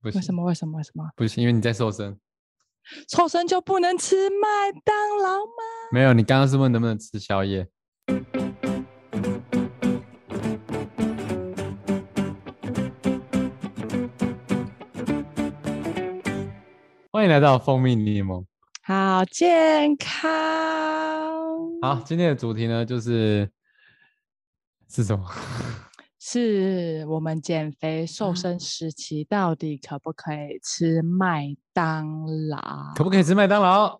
不为行什么？为什么？为什么？不行，因为你在瘦身。瘦身就不能吃麦当劳吗？没有，你刚刚是问能不能吃宵夜？欢迎来到蜂蜜柠檬。好健康。好，今天的主题呢就是是什么？是我们减肥啊瘦身时期到底可不可以吃麦当劳？可不可以吃麦当劳？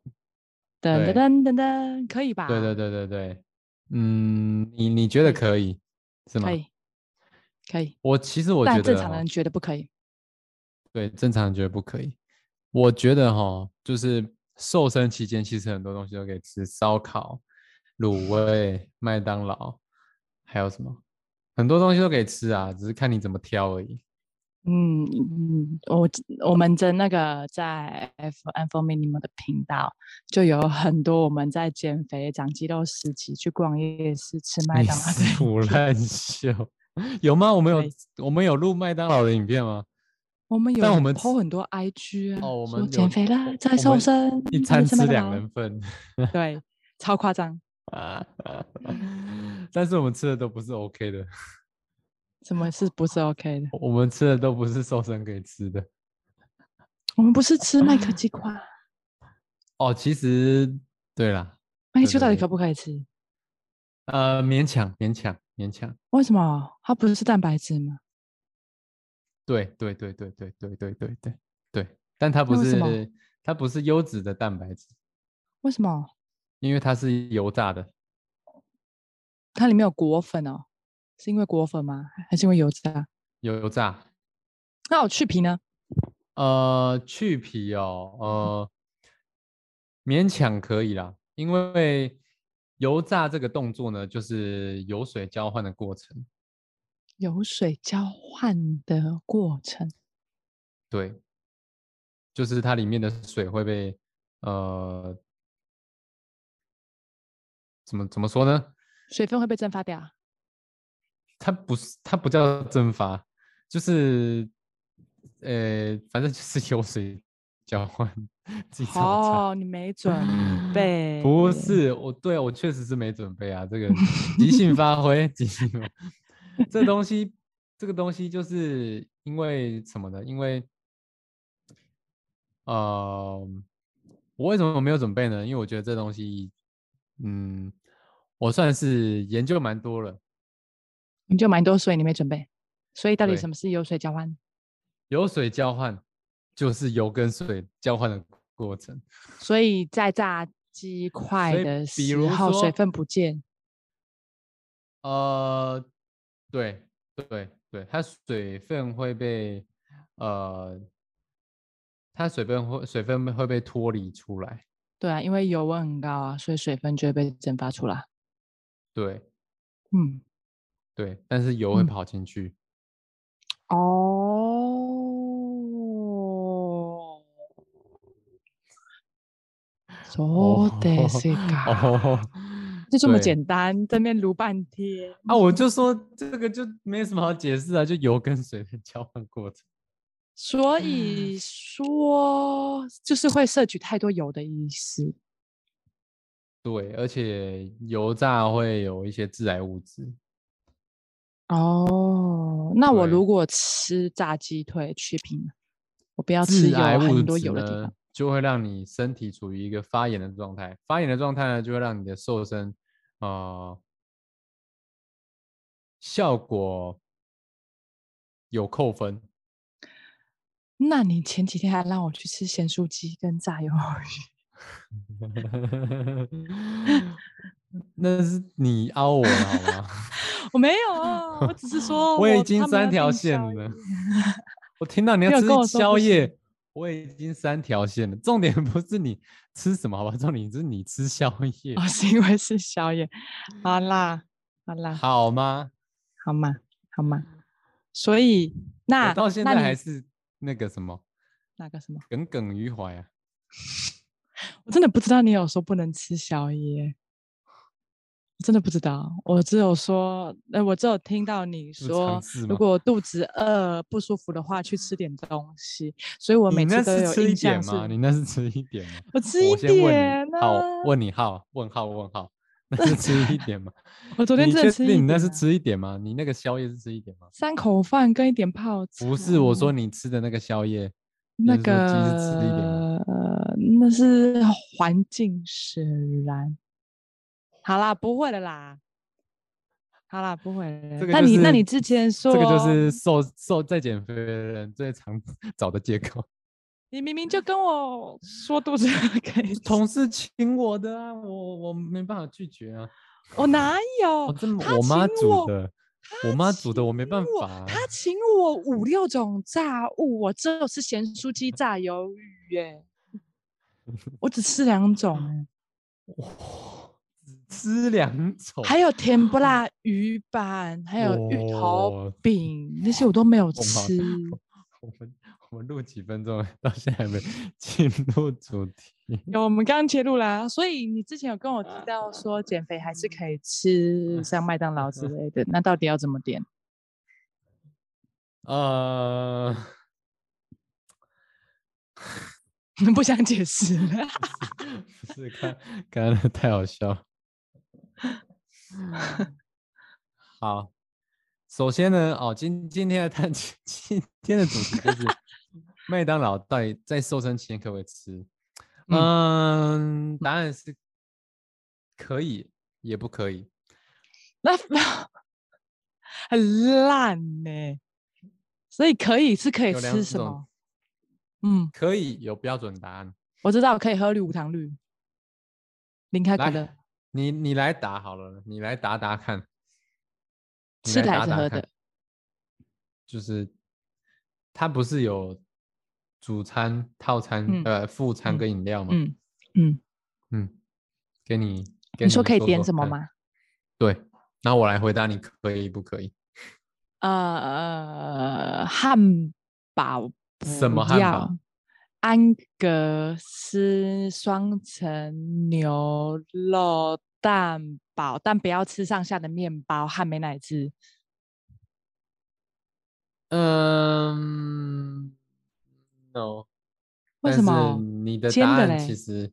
噔对噔噔噔噔，可以吧？对对对对对，嗯，你你觉得可以是吗可？以，可以。我其实我觉但得正常哦人觉得不可以。对，正常人觉得不可以。我觉得哈，就是瘦身期间，其实很多东西都可以吃，烧烤、卤味、麦当劳，还有什么，很多东西都可以吃啊，只是看你怎么挑而已。嗯嗯，我我们的那个在 F N f o r Minimum 的频道就有很多我们在减肥长肌肉时期去逛夜市吃麦你当劳的影胡片乱秀， 有吗？我们有对我们有录麦当劳的影片吗？我们有但我们 po 很多 IG 啊，哦我说们有减肥啦我，我在们瘦身，一餐在嗯吃吃麦当两劳人份对，超夸张，啊， 但是我们吃的都不是 OK 的， 什么是不是 OK 的？我们吃的都不是瘦身可以吃的。我们不是吃麦克鸡块，哦，其实对啦，麦对克鸡对块到底对可不可以吃？呃，勉强，勉强，勉强。为什么它不是蛋白质吗？对对对对对对对对对对，但它不那为什么是它不是优质的蛋白质，为什么因为它是油炸的，它里面有果粉哦？是因为果粉吗？还是因为油炸？有油炸。那我去皮呢？呃，去皮哦，呃，勉强可以啦，因为油炸这个动作呢，就是油水交换的过程。油水交换的过程，对，就是它里面的水会被呃，怎么怎么说呢？水分会被蒸发掉啊。它不是，它不叫蒸发，就是，呃，反正就是油水交换，自己找茬。哦，你没准备，不是我，嗯对我确实是没准备啊，这个即兴发挥，即兴发挥。这东西，这个东西就是因为什么呢？因为，呃，我为什么没有准备呢？因为我觉得这东西，嗯，我算是研究蛮多了。你就蛮多水，你没准备，所以到底对什么是油水交换？油水交换就是油跟水交换的过程。所以在炸鸡块以的比时如候，水说分不见，呃，对对对，它水分会被呃，它水分会水分会被脱离出来。对啊，因为油温很高啊，所以水分就会被蒸发出来。对嗯，对，但是油会嗯跑进去。哦，そうです か，哦，就这么对简单，这边撸半天啊！我就说这个就没什么好解释啊，就油跟水的交换过程。所以说就是会摄取太多油的意思。对，而且油炸会有一些致癌物质。哦，那我对如果吃炸鸡腿去皮呢？我不要吃致有癌物很多质油的地呢方。，就会让你身体处于一个发炎的状态。发炎的状态呢，就会让你的瘦身，呃，效果有扣 分。那你前几天还让我去吃咸酥鸡跟炸鱿鱼，那是你凹我的好吗？我没有啊， 我只是说我已他经们要三条订线宵了夜我听到你没要有吃跟我说宵不行夜，我已经三条线了。重点不是你吃什么，好吧？重点是你吃宵夜，哦，是因为是宵夜。好啦，好啦，好吗？好嘛，好嘛。所以那我到现那在还你是那个什么那个什么，耿耿于怀啊。我真的不知道你有说不能吃宵夜。真的不知道，我只有说，呃，我只有听到你这不是说尝，试吗如果肚子饿不舒服的话，去吃点东西。所以我每你那次都是有吃一印象点是，吗？你那是吃一点吗？我吃一我先点啊问你，好，问你呢、号，问号，问号，那是吃一点吗？我 昨天你真的确吃定一你那点是啊吃一点吗？你那个宵夜是吃一点吗？三口饭跟一点泡菜。不是，我嗯说你吃的那个宵夜，你那是说鸡是吃一点吗个那是环境使然。好啦，不会了啦。好啦，不会了。这个那就你那是你之前说，这个就是瘦瘦在减肥的人最常 找的借口。你明明就跟我说肚子饿可以吃，同事请我的啊，我我没办法拒绝啊。我哪我有？这么哦他我妈请煮我的，他哦我妈煮的请我没办我法啊。他请我五六种炸物，我只有吃咸酥鸡、炸鱿鱼、 耶，我只吃两种、欸，哇， 只吃两种，还有甜不辣鱼板，还有芋头哇饼，那些我都没有我妈吃。我们我们录几分钟了， 到现在还没进入主题。 有，我们刚刚切入啦，所以你之前有跟我提嗯到说减肥还是可以吃像麦当劳之嗯类的，那到底要怎么点？ 呃， 不想解释了。 不是看刚刚那太好笑了。好，首先呢，哦，今今天的探今天的主题就是 麦当劳到底在瘦身期间可不可以吃？嗯，答案是可以，也不可以。那 很烂呢、所以可以是可以有两吃什种么？嗯，可以有标准答案，我知道可以喝绿无糖绿，零开可来乐，你你来答好了，你来答答看，你吃来来答着答喝看的，就是它不是有主餐、套餐、嗯呃副餐嗯跟饮料吗？嗯嗯，嗯，给你给你说可以说点说什么看？吗？对，那我来回答你可以不可以？呃，汉堡什不么汉堡要？安格斯双层牛肉蛋堡，但不要吃上下的面包和美乃滋。嗯，no，为但什是么你的煎答的案嘞其实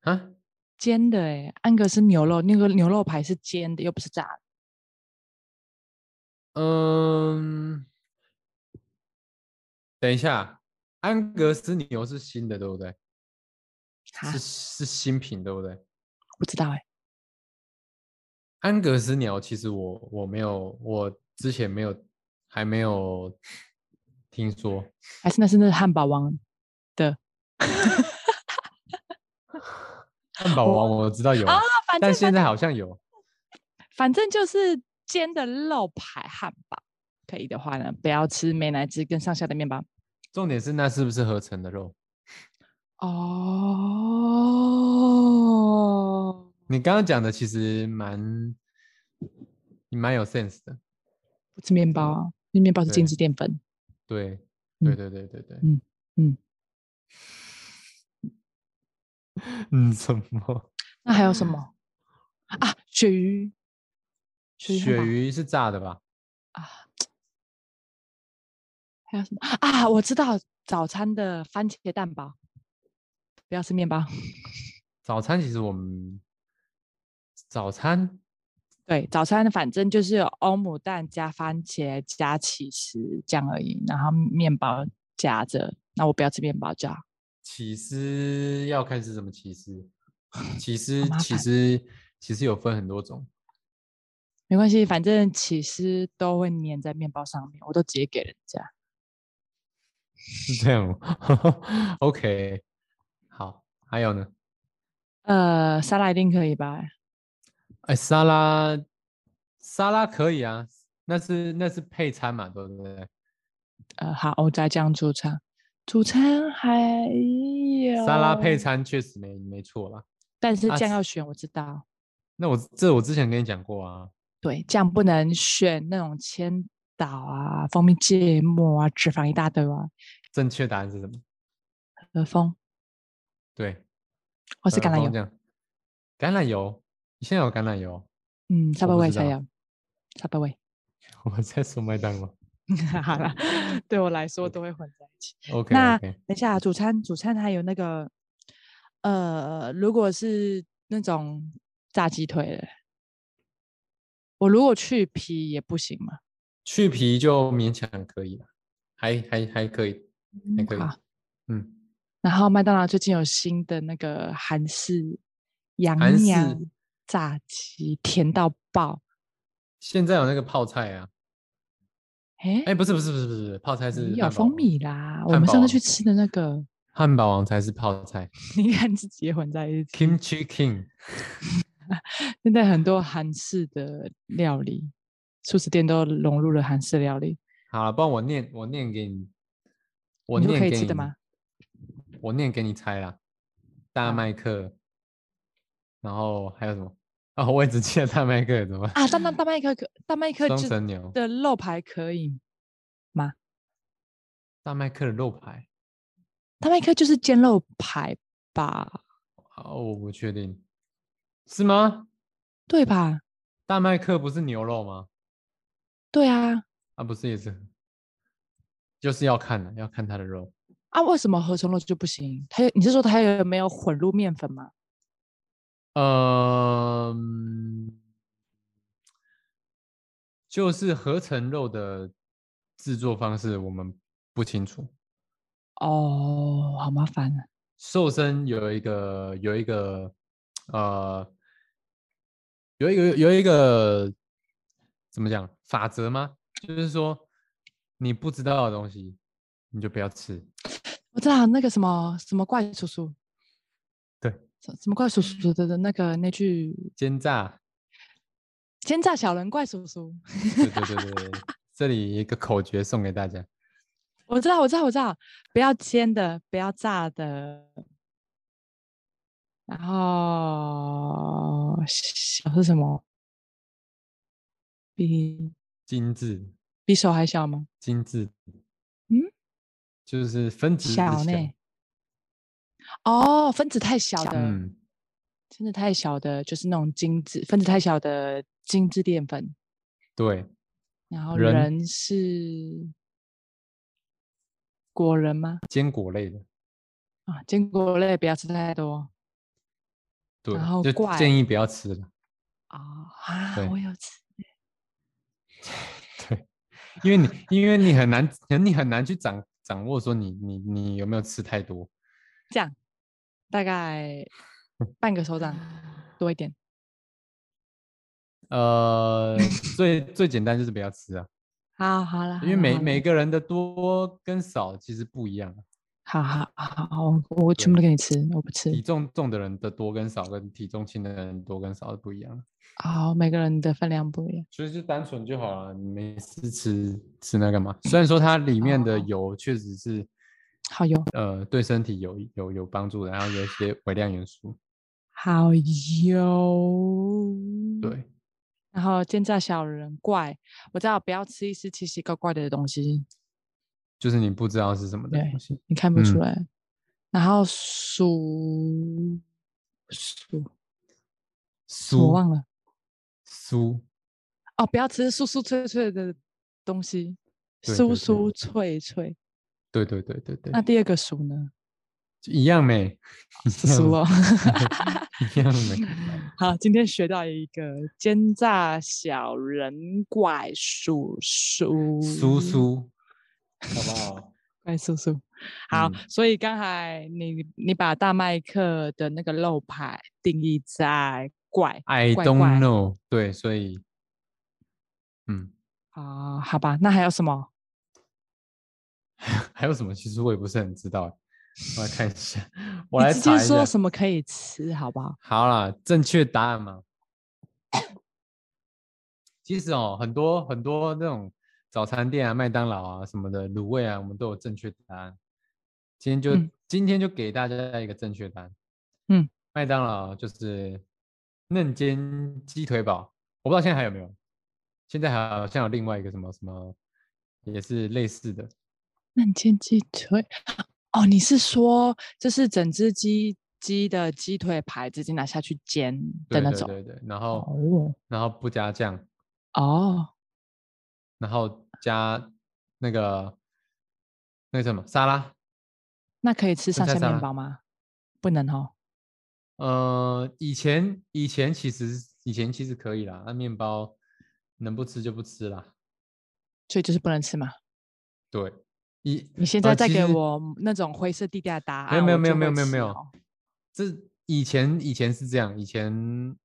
啊，煎的哎、安格斯牛肉那个牛肉排是煎的，又不是炸的。嗯，等一下，安格斯牛是新的，对不对？哈是，是新品，对不对？不知道哎、安格斯牛其实我我没有，我之前没有，还没有听说。还是那是那汉堡王的汉堡王我知道有，啊？反但正现反在正好像有。反正就是煎的肉排汉堡，可以的话呢，不要吃美乃滋跟上下的面包。重点是那是不是合成的肉？哦，你刚刚讲的其实蛮，你蛮有 sense 的。不吃面包啊，因为面包是精对致淀粉。对，嗯对对对对对。嗯 嗯。嗯，什么？那还有嗯什么啊？鳕鱼，鳕鱼汉堡鳕鱼是炸的吧？啊，还有什么啊？我知道早餐的番茄蛋堡，不要吃面包。早餐其实我们早餐对，早餐反正就是有欧姆蛋加番茄加起司这样而已，然后面包夹着。那我不要吃面包就好。起司要看是什么起司，起司麻起烦司起司有分很多种。没关系，反正起司都会粘在面包上面，我都直接给人家。是这样哦 ，OK，好，还有呢，呃，沙拉一定可以吧？哎，沙拉，沙拉可以啊，那是那是配餐嘛，对不对？呃，好，我再这样主餐，主餐还有沙拉哦配，餐确实没没错啦。但是啊酱是要选，我知道。那我这我之前跟你讲过啊，对，酱不能选那种千岛啊、蜂蜜芥末啊、脂肪一大堆啊、正确答案是什么？和风对，或是呃哦橄榄帮我油。讲橄榄油，你现在有橄榄油？ 嗯，Subway 才道有，Subway。我在说麦当劳。 好啦，对我来说都会混在一起。 OK，那 o k 等一下，主餐主餐还有那个，呃，如果是那种炸鸡腿的，我如果去皮也不行嘛。去皮就勉强可以了，还还还可以，还可以好。嗯，然后麦当劳最近有新的那个韩式洋韩式洋炸鸡，甜到爆。现在有那个泡菜啊，哎、哎、不是不是不是不是，泡菜是没有汉堡蜂王蜜啦，我汉们上堡啊次去王吃的那个， 汉堡王才是泡菜你看自己也混在一起。 ，Kimchi King。现在很多韩式的料理，素食店都融入了韩式料理。好了，不然我念我念给你，我你说念可以给吃的你吗？我念给你猜啦，大好麦克，然后还有什么？哦，我也只记得大麦克，怎么办？啊，大麦大麦克可大麦克 双就层牛，的肉排可以，大麦克的肉排，大麦克就是煎肉排吧，哦，我不确定，是吗？对吧？大麦克不是牛肉吗？对啊，啊，不是也是，就是要看的，要看它的肉。啊，为什么合成肉就不行？它有你是说它有没有混入面粉吗？呃，就是合成肉的制作方式我们不清楚。哦，好麻烦啊！瘦身有一个有一个呃，有一个有一个怎么讲法则吗？就是说你不知道的东西，你就不要吃。我知道那个什么什么怪叔叔，对什，什么怪叔叔的的那个那句奸诈， “奸诈小人怪叔叔”，对对对对对，这里一个口诀送给大家。我知道，我知道，我知道，不要煎的，不要炸的，然后小是什么？比精致，比手还小吗？精致，嗯，就是分子之小呢？哦，分子太小的，嗯，分子太小的，就是那种精致，分子太小的精致淀粉。对，然后人人是果仁吗？坚果类的，啊，坚果类不要吃太多对，后就怪建议不要吃了，啊、啊！对我有吃，因为 你因为你很难你很难去掌掌握说你你你有没有吃太多，这样 大概半个手掌多一点。 呃，最最简单就是不要吃啊，好，好了，因为好啦每好啦每个人的多跟少其实不一样啊，好好好好，我全对部都给你吃，我不吃体。重重的人的多跟少跟体重轻的人多跟少是不一样的，好，每个人的分量不一样。所以就单纯就好了，你没事吃吃那干嘛？虽然说它里面的哦油确实是。好油，呃，对身体有有有帮助的，然后有一些微量元素。好油。。对，然后奸诈小人怪，我知道不要吃一些奇奇怪怪的东西，就是你不知道是什么的对东西。你看不出嗯来。然后数数，我酥忘了酥，哦，不要吃酥酥脆脆的东西，对酥对对酥脆脆。对对对对对那，第二个数呢？就一样没，是一样酥哦。 一样没。 好，今天学到一个奸诈小人怪叔叔，酥酥，好不好？怪叔叔。好，嗯所以刚才你你把大麦克的那个肉排定义在怪 I 怪怪 don't know。对，所以，嗯， 啊、好吧，那还有什么？还有什么？其实我也不是很知道。我来看一下，我你来直查接一下说。什么可以吃，好不好？好啦，正确答案嘛。 其实哦，很多很多那种早餐店啊、麦当劳啊什么的卤味啊，我们都有正确答案。今天就、嗯今天就给大家一个正确答案。嗯，麦当劳啊就是嫩煎鸡腿堡，我不知道现在还有没有。现在好像有另外一个什么什么，也是类似的，嫩煎鸡腿。哦，你是说这是整只鸡鸡的鸡腿排直接拿下去煎的对那对种。对对，然后哦然后不加酱，哦，然后加那个那个什么沙拉，那可以吃生菜上下沙拉面包吗？不能哦。呃，以前以前其实以前其实可以啦，那面包能不吃就不吃啦。所以就是不能吃嘛。对，以你现呃在再其给实我那种灰色地带的答没有案，没有没有我就没有会没有没吃有哦，这以前以前是这样，以前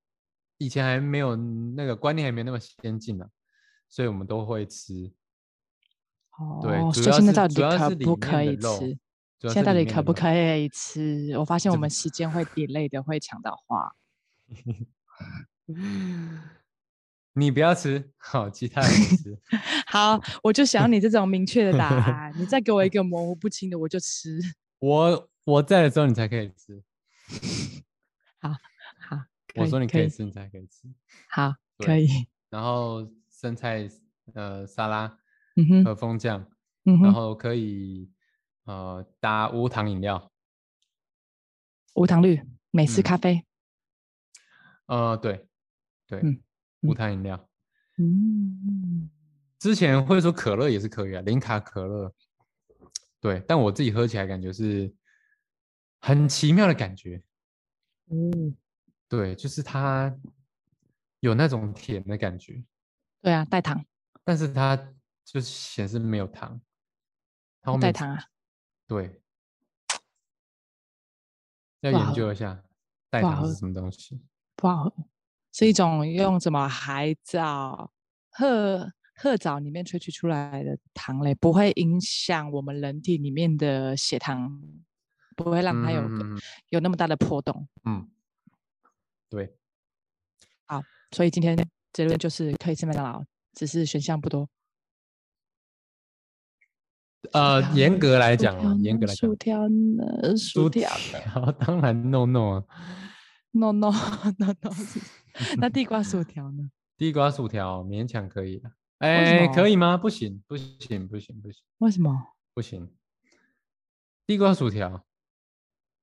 以前还没有那个观念还没那么先进呢、所以我们都会吃。对，哦，主所以要现在是到主底要可是里不可面的以肉吃？主要现在是到里底面可的不肉可以吃？我发现我这们时间会 delay 的，会抢到 花。你不要吃，好，其他人不吃。好，我就想要你这种明确的答案，你再 给我一个模糊不清的，我就吃。我我在的时候你才可以吃，好，我以说你可可以以，吃，你才可以吃。好，可对以。然后生菜呃沙拉嗯哼，和风酱，嗯呃然哼，后可以呃搭无糖饮料，无糖绿美式嗯咖啡。呃对对，嗯无嗯糖饮料。嗯，之前会说可乐也是可以啊，零卡可乐，对，但我自己喝起来感觉是很奇妙的感觉，嗯哦，对，就是它有那种甜的感觉，对啊，代糖，但是它就显示没有糖，它后代面糖啊，对，要不研好究一下代不好糖是喝什么东西。不好喝，是一种用什么海藻、褐褐藻里面萃取出来的糖类，不会影响我们人体里面的血糖，不会让它有个、嗯有那么大的波动。嗯，对，所以今天结论就是可以吃麦当劳，只是选项不多。呃，条严格来来讲啊，严格来讲薯，条呢？薯条条 当然 no no 啊， ？No No No No 是。那地瓜薯条呢？地瓜薯条勉强可以了。为哎什，可么以吗？不行，不行，不行，不行，为什么？不行。地瓜薯条，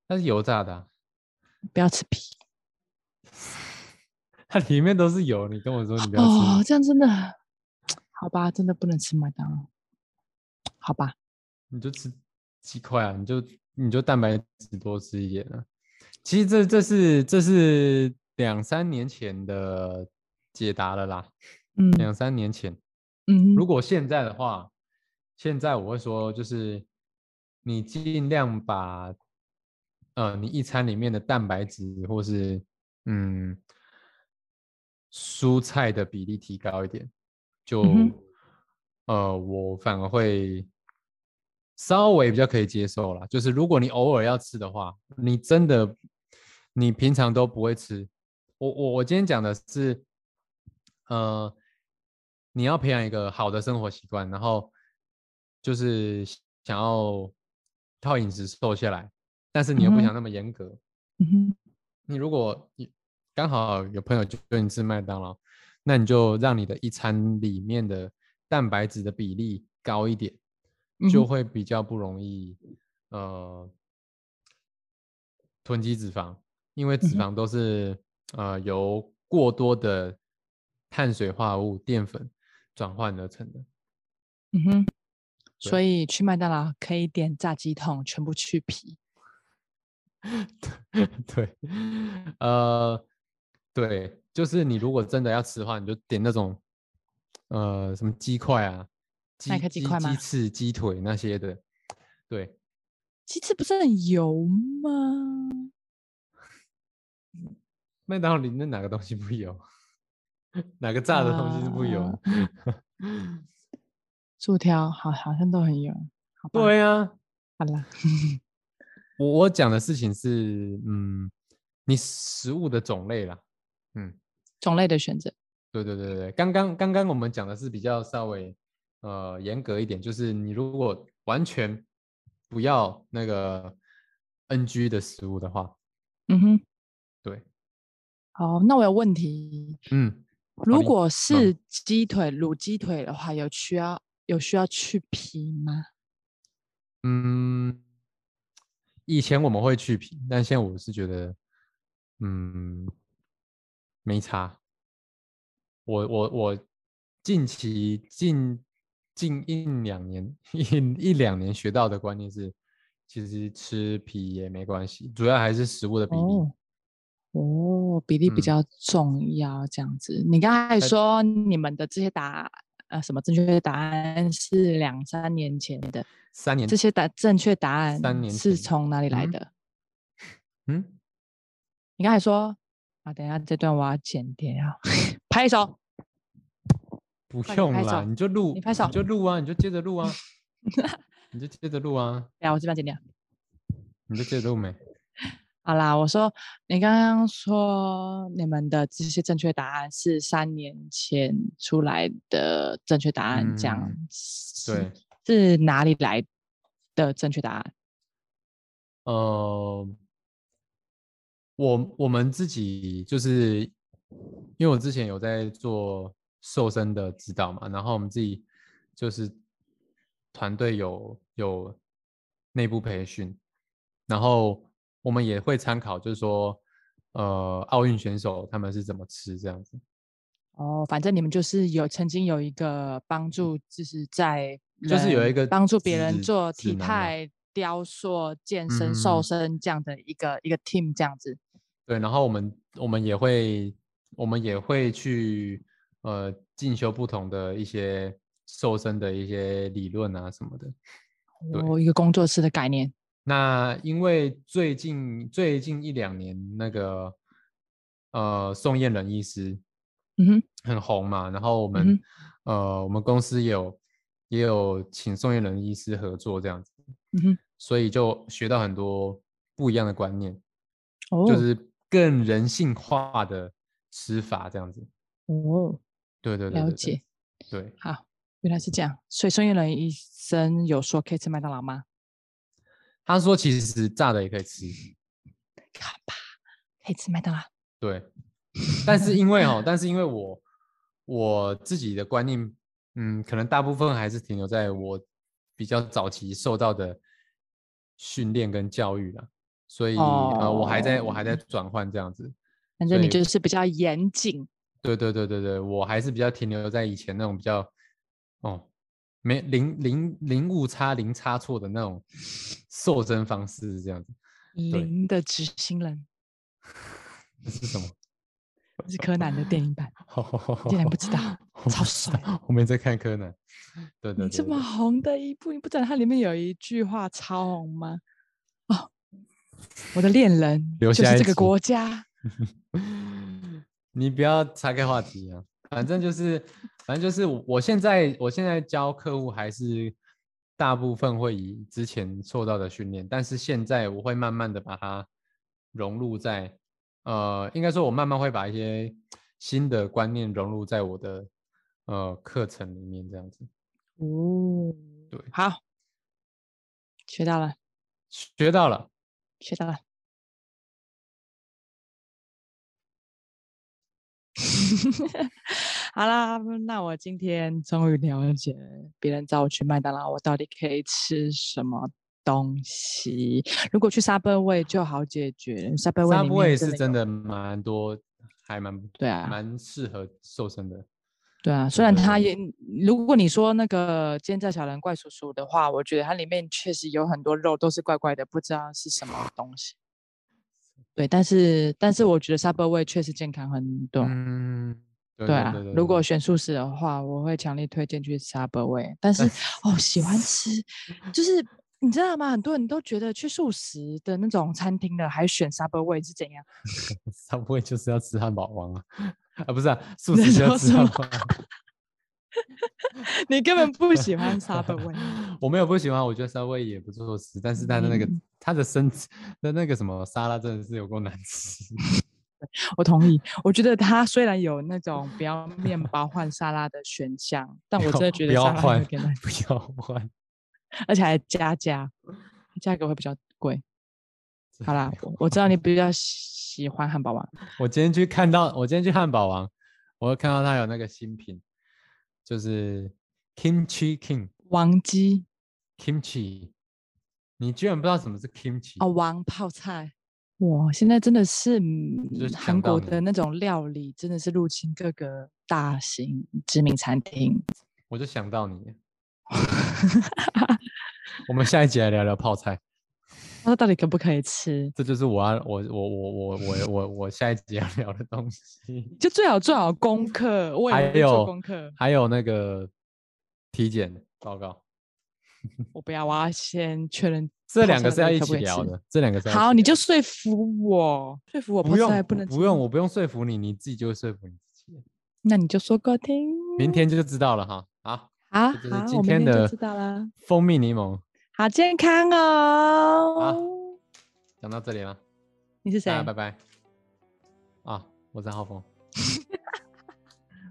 它是油炸的啊、不要吃皮它里面都是油。你跟我说你不要吃，哦，这样真的好吧？真的不能吃麦当劳，好吧？你就吃鸡块啊，你就你就蛋白质多吃一点啊。其实这这是这是两三年前的解答了啦，嗯两三年前。嗯如果现在的话，现在我会说，就是你尽量把，呃，你一餐里面的蛋白质或是嗯蔬菜的比例提高一点，就、嗯哼呃，我反而会稍微比较可以接受啦。就是如果你偶尔要吃的话，你真的你平常都不会吃，我我我今天讲的是，呃，你要培养一个好的生活习惯，然后就是想要靠饮食瘦下来，但是你又不嗯哼想那么严格。嗯哼你如果你刚好有朋友就跟你吃麦当劳，那你就让你的一餐里面的蛋白质的比例高一点，嗯就哼会比较不容易呃囤积脂肪，因为脂嗯哼肪都是、呃由过多的碳水化合物、淀粉转换而成的。嗯哼，所以去麦当劳可以点炸鸡桶，全部去皮。 对，呃，对，就是你如果真的要吃的话，你就点那种，呃，什么鸡块啊，鸡麦克鸡鸡块鸡吗翅、鸡腿那些的，对，鸡翅不是很油吗？麦当劳里面哪个东西不油？ 哪个炸的东西是不油啊的？薯条好好像都很油，好吧？对啊，好啦，我我讲的事情是，嗯，你食物的种类啦，嗯，种类的选择。对对对对，刚刚刚刚我们讲的是比较稍微呃严格一点，就是你如果完全不要那个 NG 的食物的话，嗯哼，对，好，那我有问题。嗯，如你果是鸡腿、卤鸡腿的话，有需要有需要去皮吗？嗯，以前我们会去皮，但现在我是觉得，嗯，没差。我我我近期近近一两年 一一两年学到的观念是，其实吃皮也没关系，主要还是食物的比例。哦哦，比例嗯比呃较重要，这样子。你刚才在说你们的这些答呃什么正确的答案是两三年前的，三年这些答正确答案三年是前从哪里来嗯的？嗯，你刚才说啊，等一下这段我要剪掉， 拍手。不快点用拍啦，手你就录，你拍手就录啊，你就接着录 啊，你就接着录啊，等一下我这边剪掉。你就接着录没？好啦，我说你刚刚说你们的这些正确答案是三年前出来的正确答案，这样嗯是、 对，是哪里来的正确答案？呃，我我们自己就是，因为我之前有在做瘦身的指导嘛，然后我们自己就是团队有有内部培训，然后我们也会参考，就是说，呃，奥运选手他们是怎么吃这样子。哦，反正你们就是有曾经有一个帮助，就是在就是有人一个帮助别人指做指体南啊态雕塑、健身、瘦嗯身这样的一个一个 team 这样子。对，然后我们我们也会我们也会去呃进修不同的一些瘦身的一些理论啊什么的。对哦，一个工作室的概念。那因为最近最近一两年那个呃宋燕人医师嗯哼，很红嘛，然后我嗯哼们、呃我们公司也有也有请宋燕人医师合作这样子，嗯哼，所以就学到很多不一样的观念，哦，就是更人性化的吃法这样子。哦，对对对，了对对解。对，好，原来是这样。所以孙悦伦医生有说可以吃麦当劳吗？他说其实炸的也可以吃，看吧，可以吃麦当劳。对。但是因为哦，但是因为我我自己的观念，嗯，可能大部分还是停留在我比较早期受到的训练跟教育啦，所以、呃，我还在我哦还在转换这样子。反正你所以就是比较严谨。对对对对对，我还是比较停留在以前那种比较哦，没零零零误差零差错的那种瘦身方式这样子。零的执 行人这是什么？是柯南的电影版，竟然不知道 我不超知帅道我没在看柯南。对对对你这对么红的一部，你不知道它里面有一句话超红吗？哦，我的恋人留就下是一这个集国家。你不要岔开话题啊！反正就是，反正就是我，我现在我现在教客户还是大部分会以之前受到的训练，但是现在我会慢慢的把它融入在，呃，应该说我慢慢会把一些新的观念融入在我的呃课程里面，这样子哦，对好，学到了，学到了。学到了。 好啦，那我今天终于了解别人找我去麦当劳，我到底可以吃什么东西。如果去 Subway 就好解决，Subway 沙里布面也是有真的蛮多，还蛮对啊蛮适合瘦身的。对啊，虽对然对它对也，如果你说那个《奸诈小人怪叔叔》的话，我觉得它里面确实有很多肉都是怪怪的，不知道是什么东 西。对，但是但是我觉得 Subway 确实健康很多。嗯，对对啊，如果对选素食的话，我会强烈推荐去 Subway。但哎是哦，喜欢吃，就是你知道吗？很多人都觉得去素食的那种餐厅的，还选 Subway 是怎样？ 他不会就是要吃汉堡王啊？啊，不是啊，素你在食就要说吃什汉么堡王。你根本不喜 欢 Subway。我没有不喜欢，我觉得稍微也不错吃，但是它的那个嗯它的生的那个什么沙拉真的是有够难吃。 我同意，我觉得它虽然有那种不要面包换沙拉的选项，但不我真要的觉不得要沙拉有换点难，不要换，而且还加价，价格会比较贵。真好啦没，有我我知道你比较喜欢汉堡王，我今天去看到，我今天去汉堡王，我看到它有那个新品，就是 kimchi king 王鸡 kimchi 你居然不知道什么是 kimchi 哦，王泡菜。哇，现在真的是嗯就是韩讲到国你的那种料理，真的是入侵各个大型知名餐厅。我就想到你了。 我们下一集来聊聊泡菜，那到底可不可以吃？这就是我要我我我我我我我下一集要 聊的东西。就最好做好功课，我还也没做有功课。还有那个体检报告，我不要，我要先确认这泡两菜个到是要底一可不起可以聊吃的，这两个是要一好，起你聊就的说服我，说服我不泡菜用不能吃不用，吗我不用说服你，你自己就会说服你自己了。那你就说给我听。明天就知道了哈。好，好这就啊好是，今我明天天就的知道啦。 蜂蜜柠檬，好健康哦。讲到这里了，你是谁大？家拜拜。啊，我是浩峰。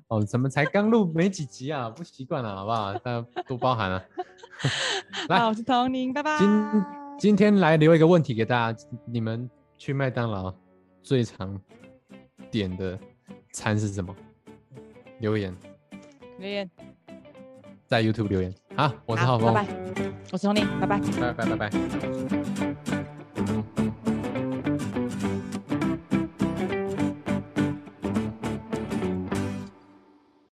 哦，咱们才刚录没几集啊，不习惯了，好不好？大家多包涵啊。 来啊，我是童宁，拜拜。今今天来留一个问题给大家：你们去麦当劳最常点的餐是什么？留言留言，在 YouTube 留言。好，我是浩好峰，拜拜。我是童宁，拜拜。拜拜拜拜。